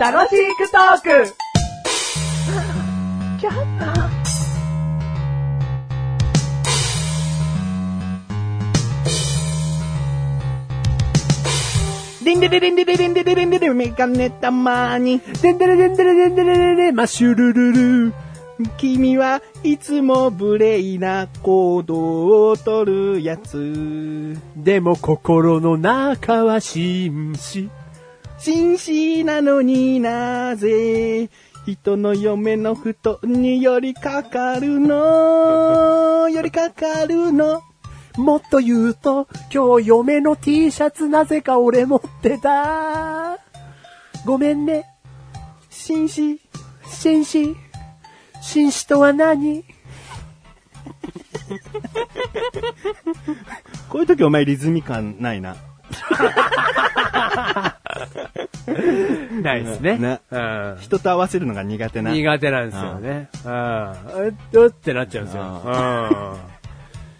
楽しくトークリンデレリンデレリンデレリンデレメガネたまに。でんでれでんでれでんでれれれ、マッシュルルル。君はいつも無礼な行動をとるやつ。でも心の中は紳士。紳士なのになぜ、人の嫁の布団に寄りかかるの、寄りかかるの。もっと言うと、今日嫁の T シャツなぜか俺持ってた。ごめんね。紳士、紳士。紳士とは何こういう時お前リズミ感ないな。ないですね。ねうん。人と合わせるのが苦手な。苦手なんですよね。うん。うっとってなっちゃうんですよ。う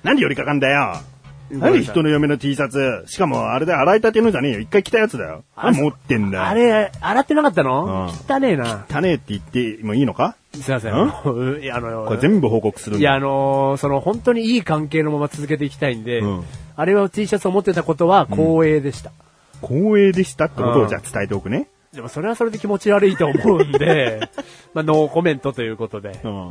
なんで寄りかかんだよ。うんなんで人の嫁の T シャツ、しかもあれだよ、洗いたてのじゃねえよ。一回着たやつだよ。ああ、持ってんだん。よ。あれ、洗ってなかったうのん汚ねえな。たねえって言ってもいいのかすいません。うんうん いやあの、これ全部報告するんいや、あだ。のーその本当にいい関係のまま続けていきたいんで、うんあれは T シャツを持ってたことは光栄でした。光栄でしたってことうをんじゃあ伝えておくね。でもそれはそれで気持ち悪いと思う んで、まあノーコメントということで。うんう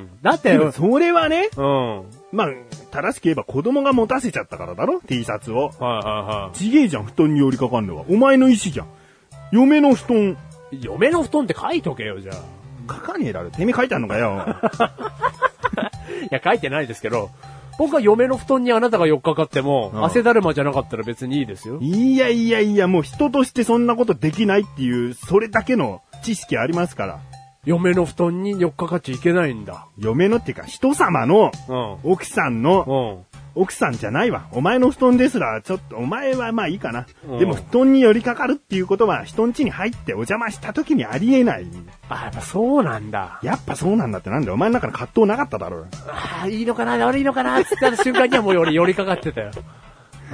んだって、うん。それはね、はいまあ、正しく言えば子供が持たせちゃったからだろ ?T シャツを。はちげえじゃん、布団に寄りかかんのは。お前の意思じゃん。嫁の布団、いはい。嫁の布団って書いとけよ、じゃあ。書かねえだろ。てめえ書いてあんのかよ。いや、書いてないですけど、僕は嫁の布団にあなたが寄っかかっても、うん汗だるまじゃなかったら別にいいですよ。いやいやいや、もう人としてそんなことできないっていう、それだけの知識ありますから。嫁の布団に寄っかかっちゃいけないんだ。嫁のっていうか、人様の、うん。奥さんの、うん。奥さんじゃないわ。お前の布団ですら、ちょっと、お前はまあいいかなうん。でも布団に寄りかかるっていうことは、人ん家に入ってお邪魔した時にありえない。あ、やっぱそうなんだ。やっぱそうなんだってなんだよ。お前の中で葛藤なかっただろう。ああ、いいのかな、悪いのかな、つった瞬間にはもうより、寄りかかってたよ。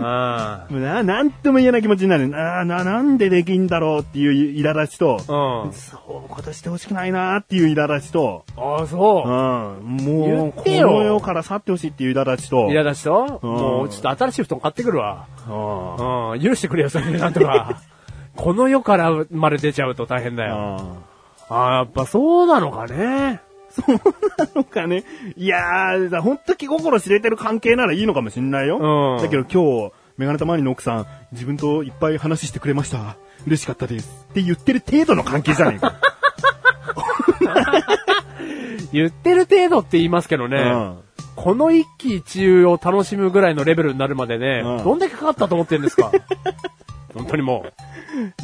あもうな、なんとも言えない気持ちになる。ああ、な、なんでできんだろうっていう苛立ちと、あ。うん。そう、ことしてほしくないなーっていう苛立ちと、ああ、うんそ、もう、言っこてよの世から去ってほしいっていう苛立ちとう。、苛立ちと、うんもうちょっと新しい布団買ってくるわ。うんうん。許してくれよ、それでなんと か。この世から生まれ出ちゃうと大変だよ。うんああ、やっぱそうなのかね。そうなのかね。いやー、ほんと気心知れてる関係ならいいのかもしんないよ。うんだけど今日、メガネたまわりの奥さん、自分といっぱい話してくれました。嬉しかったです。って言ってる程度の関係じゃねえ か。言ってる程度って言いますけどね、うんこの一喜一憂を楽しむぐらいのレベルになるまでね、うんどんだけかかったと思ってんですか 本当にも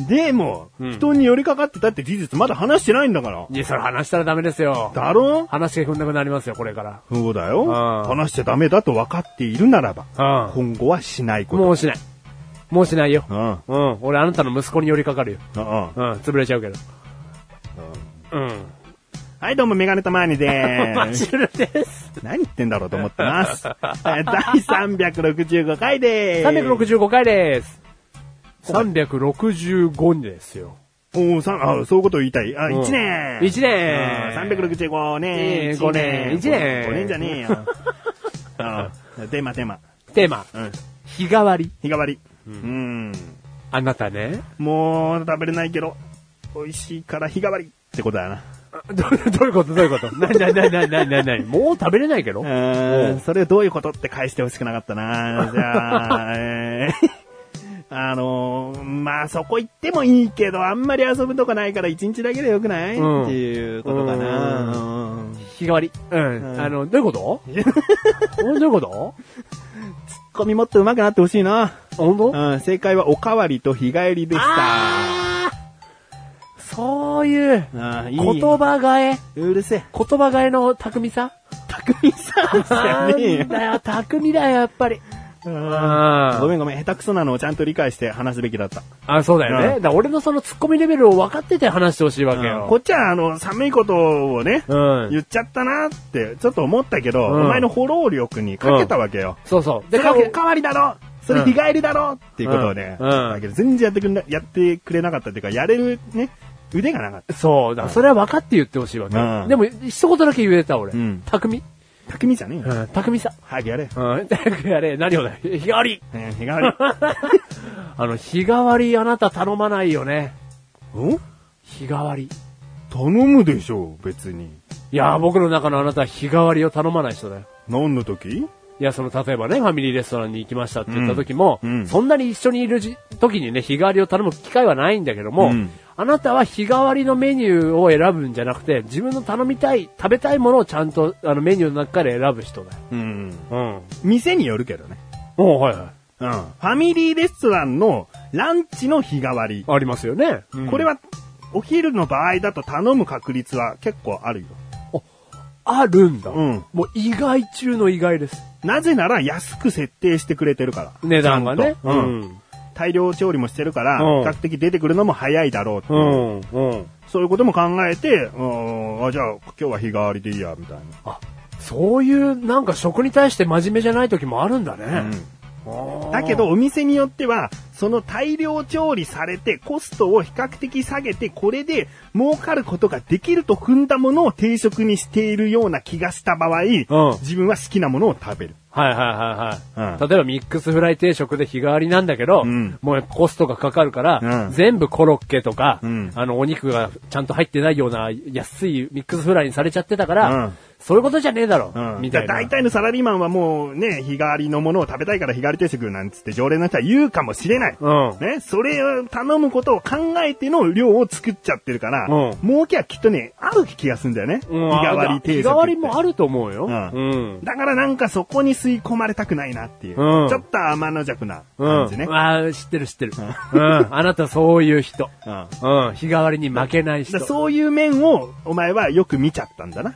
でも、うん人に寄りかかってたって事実まだ話してないんだからう。。いや、それ話したらダメですよ。だろ話が踏んなくなりますよ、これから。そうだよ。ん話しちゃダメだと分かっているならば、う今後はしないん。こと。もうしない。もうしないよ。うん。うん。うん。俺、あなたの息子に寄りかかるよ。うんうん。潰れちゃうけど。うん。はい、どうも、メガネたまわりで マーす。ジルです。何言ってんだろうと思ってます。はい第365回でーす。 365回です。365ですよ。おお、さん、あ、そういうことを言いたい。あ、うん一年。一年うん365えー年。五年一年5年じゃねえ よ。あテーマ、テーマ。テーマ、うん。日替わり。日替わり。うん。あなたね。もう、食べれないけど、美味しいから日替わりってことだな。 どどういうことどういうことなになになになになになになにもう食べれないけどううんー、おうんそれをどういうことって返してほしくなかったな。じゃ あ、えーあのーまあ、そこ行ってもいいけど、あんまり遊ぶとこないから一日だけでよくない、うんっていうことかな。ううん日替わり。うん。うんあの、どういう ことおどういうことツッコミもっと上手くなってほしいな。本当うん、正解はおかわりと日帰りでした。あーそういう、あいい言葉替え、うるせえ。言葉替えの巧みさ匠さんですなよんね。だよ、巧みだよ、やっぱり。うんごあめんごめん、下手くそなのをちゃんと理解して話すべきだった。あ、そうだよね。うだから俺のそのツッコミレベルを分かってて話してほしいわけこよ。っちは、あの、寒いことをね、うん。言っちゃったなって、ちょっと思ったけど、うんお前のフォロー力にかけたわけよ。そうそう。で、で、かけお、かわりだろそれ日帰りだろっていうことをね、うんうんだけど全然やってくれな、やってくれなかったっていうか、やれるね、腕がなかった。そうだ、それは分かって言ってほしいわけ、うんでも、一言だけ言えた、俺。うん匠。匠じゃねえよ。うん、匠さ。早くやれ。 ねうん、早くやれ、何をだよ。日替わり日替わり。 あの、日替わりあなた頼まないよね。うん日替わり。頼むでしょう、別に。いやー、僕の中のあなたは日替わりを頼まない人だよ。何の時いや、その、例えばね、ファミリーレストランに行きましたって言った時も、うんうんそんなに一緒にいるじ時にね、日替わりを頼む機会はないんだけども、うんあなたは日替わりのメニューを選ぶんじゃなくて、自分の頼みたい、食べたいものをちゃんと、あの、メニューの中から選ぶ人だよ。うん。うん。店によるけどね。おうはいはうん。ファミリーレストランのランチの日替わり。い。ありますよね。これは、お昼の場合だと頼む確率は結構あるよ。あるんだ。うんもう意外中の意外です。なぜなら安く設定してくれてるから。値段がねち。ゃんとうん。大量調理もしてるから、うん比較的出てくるのも早いだろうっていうう、ん。うん。そういうことも考えて、うんあじゃあ今日は日替わりでいいや、みたいあ、そういう、なんか食に対して真面目じゃない時もあるんだな。ね。あーだけど、お店によっては、その大量調理されて、コストを比較的下げて、これで儲かることができると踏んだものを定食にしているような気がした場合、ん自分は好きなものを食べる。はいはいはいはい。うん例えばミックスフライ定食で日替わりなんだけど、うんもうコストがかかるから、うん全部コロッケとか、うんあのお肉がちゃんと入ってないような安いミックスフライにされちゃってたから、うんそういうことじゃねえだろ、うん、みたいだな。大体のサラリーマンはもうね、日替わりのものを食べたいから日替わり定食なんつって常連の人は言うかもしれない。うん。ね、それを頼むことを考えての量を作っちゃってるから、うん儲けはきっとね、ある気がするんだよね。うん日替わり定食。日替わりもあると思うよ。うんうん。だからなんかそこに吸い込まれたくないなっていう。うんちょっと天の弱なうん。感じね。ああ、知ってる知ってる。うん。あなたそういう人。うんだかうん。日替わりに負けない人ら。そういう面をお前はよく見ちゃったんだな。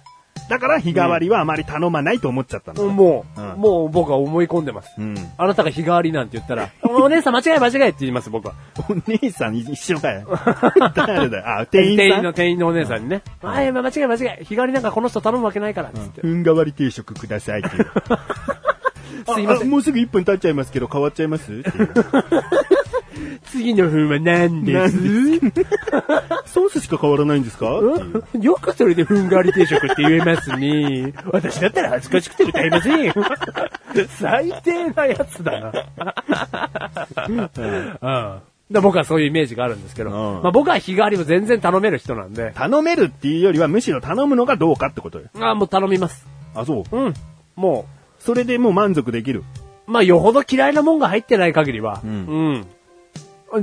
だから日替わりはあまり頼まないと思っちゃったんだ。もう、うんもう僕は思い込んでます。うんあなたが日替わりなんて言ったら、お姉さん間違え間違えって言います、僕は。お姉さん一緒かよ。 誰だよ。あ、店員さん。の店員のお姉さんにね。あ、いや、間違い間違い。日替わりなんかこの人頼むわけないから、つって。うんがわり定食くださいっていう。 すいませああん。もうすぐ1分経っちゃいますけど、変わっちゃいますっていう次の風は何です ソースしか変わらないんですかっていう。うんよくそれでふんがわり定食って言えますね。私だったら恥ずかしくて歌いません。 最低なやつだな。うん。で僕はそういうイメージがあるんですけど、うんまあ僕は日替わりも全然頼める人なんで、頼めるっていうよりは、むしろ頼むのがどうかってことよ。あもう頼みます。あ、そう。うん。もう、それでもう満足できる。まあ、よほど嫌いなもんが入ってない限りは、うんん。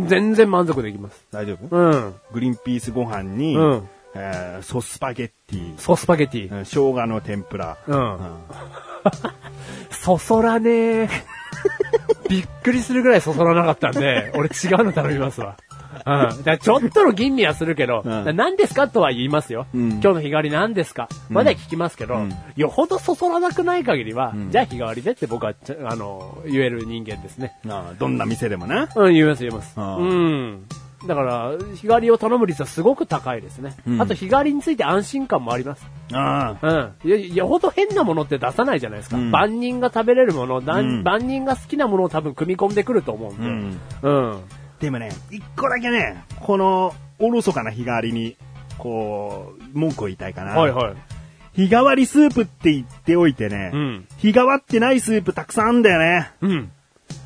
全然満足できます。大丈夫うん。グリーンピースご飯に、うんえーソースパゲッティ、ソスパゲティ。うん生姜の天ぷら。うんそそらねえ。 びっくりするぐらいそそらなかったんで、俺違うの頼みますわ。うん。だからちょっとの吟味はするけど、ん何ですかとは言いますよ。ん今日の日替わり何ですかまでは聞きますけど、よほどそそらなくない限りは、じゃあ日替わりでって僕はちゃ、あの、言える人間ですね。あーどんな店でもな。うん、言います、言います。うああん。だから、日替わりを頼む率はすごく高いですね。んあと、日替わりについて安心感もあります。あうん。よ、よほど変なものって出さないじゃないですか。ん万人が食べれるもの、なうんん、万人が好きなものを多分組み込んでくると思うんで。うんうん。ーでもね、一個だけね、この、おろそかな日替わりに、こう、文句を言いたいかな。はいはい。日替わりスープって言っておいてね、うん日替わってないスープたくさんあんだよね。うん。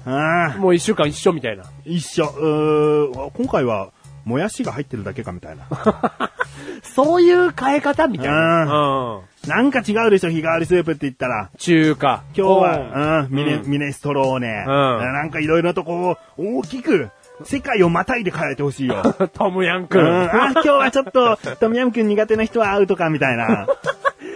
うん。もう一週間一緒みたいな。一緒。うー今回は、もやしが入ってるだけかみたい な。そういう変え方みたいな。うん。なんか違うでしょ、日替わりスープって言ったら。中華。今日は、うん、うんミネ、ミネストローネ。うんなんかいろいろとこう、大きく、世界をまたいで変えてほしい よ。うん トムヤンうくん、ん。あ、今日はちょっと、トムヤムクン苦手な人はアウトか、みたいな。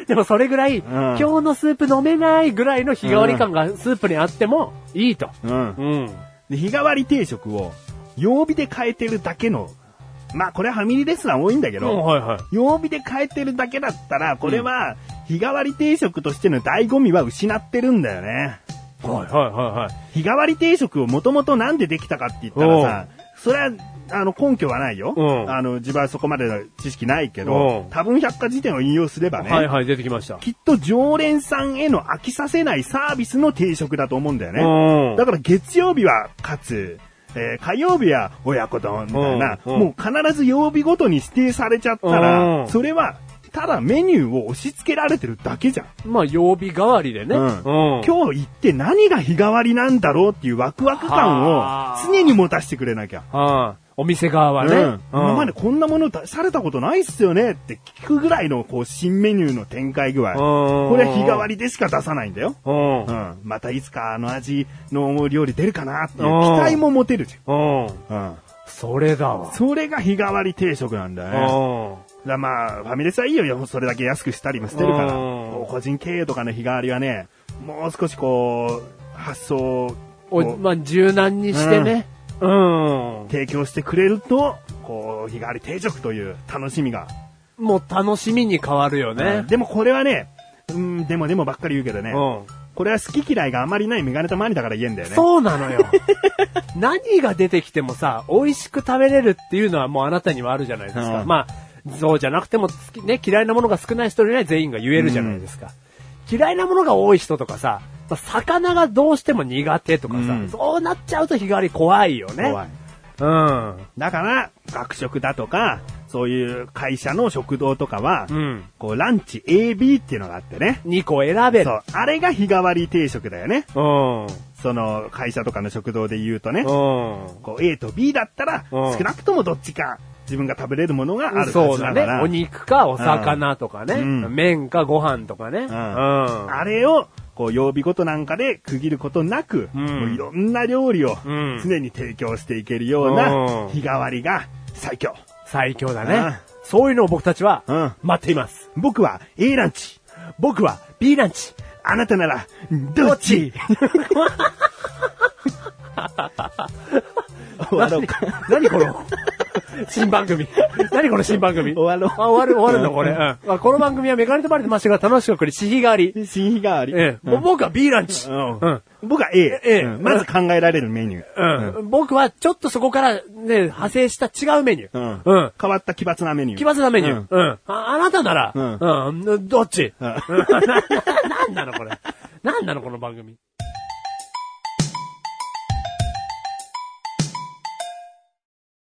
でもそれぐらい、ん今日のスープ飲めないぐらいの日替わり感がスープにあってもいいと。うん。うん。で、日替わり定食を、曜日で変えてるだけの、まあ、これはファミリーレストラン多いんだけど、はいはい。曜日で変えてるだけだったら、これは、日替わり定食としての醍醐味は失ってるんだよね。はいはいはいはい。日替わり定食をもともとなんでできたかって言ったらさ、それはあの、根拠はないよ。うんあの、自分はそこまでの知識ないけうどん、多分百科事典を引用すればね、はいはい、出てきました。きっと常連さんへの飽きさせないサービスの定食だと思うんだよね。うんだから月曜日はカツ、えー火曜日は親子丼みたいな、うんうんもう必ず曜日ごとに指定されちゃったうら、んそれはただメニューを押し付けられてるだけじゃん。まあ、曜日代わりでね。うん日、今日行って何が日替わりなんだろうっていうワクワク感はをあ常に持たせてくれなきゃ。うんお店側はね。うんうん今までこんなもの出されたことないっすよねって聞くぐらいのこう新メニューの展開具合。うんこれは日替わりでしか出さないんだよ。うんうん、またいつかあの味の料理出るかなっていう期うん待も持てるじうゃん。ん。うん、それだわ。それが日替わり定食なんだよね。だからまあ、ファミレスはいいよ、それだけ安くしたりもしてるから。うん個人経営とかの日替わりはね、もう少しこう、発想をおまあ、柔軟にしてね。うん。提供してくれると、こう、日替わり定食という楽しみが。もう楽しみに変わるようねん。でもこれはね、うん、でもでもばっかり言うけどね、うん。これは好き嫌いがあまりないメガネたまにだから言えんだよね。そうなのよ。 何が出てきてもさ、美味しく食べれるっていうのはもうあなたにはあるじゃないですか。うんまあ、そうじゃなくても好き、ね、嫌いなものが少ない人には全員が言えるじゃないですか。嫌いなものが多い人とかさ、まあ魚がどうしても苦手とかさ、うんそうなっちゃうと日替わり怖いよね。怖い。うん。だから、学食だとか、そういう会社の食堂とかは、うん。こう、ランチ AB っていうのがあってね。 2個選べそる。う。あれが日替わり定食だよね。うん。その、会社とかの食堂で言うとね。うん。こう、A と B だったら、うん少なくともどっちか、自分が食べれるものがあるそはうずだだねか。ら。お肉かお魚とかね。うん麺かご飯とかね。んあれを、こう、曜日ごとなんかで区切ることなく、うんもういろんな料理をうん、常に提供していけるようなう、ん日替わりが最強。最強だうんね。そういうのを僕たちはうん、待っています。僕は A ランチ。僕は B ランチ。あなたなら、どっち終わろうか。何こ の新番組。何この新番組。終わろうあ、終わる、終わるんだ、これ。うんまあこの番組はメガネとバレてましたが、楽しく送り、し日替わり。新日替わり。ええぼ僕は B ランチ。うんうん僕は A。ええうんまず考えられるメニュー。うん僕はちょっとそこからね、派生した違うメニュー。うん。変わった奇抜なメニュー。奇抜なメニュー。うん。ああなたなら、うんうん。どっち、 うんうんなななんなのこれ。なんなのこの番組。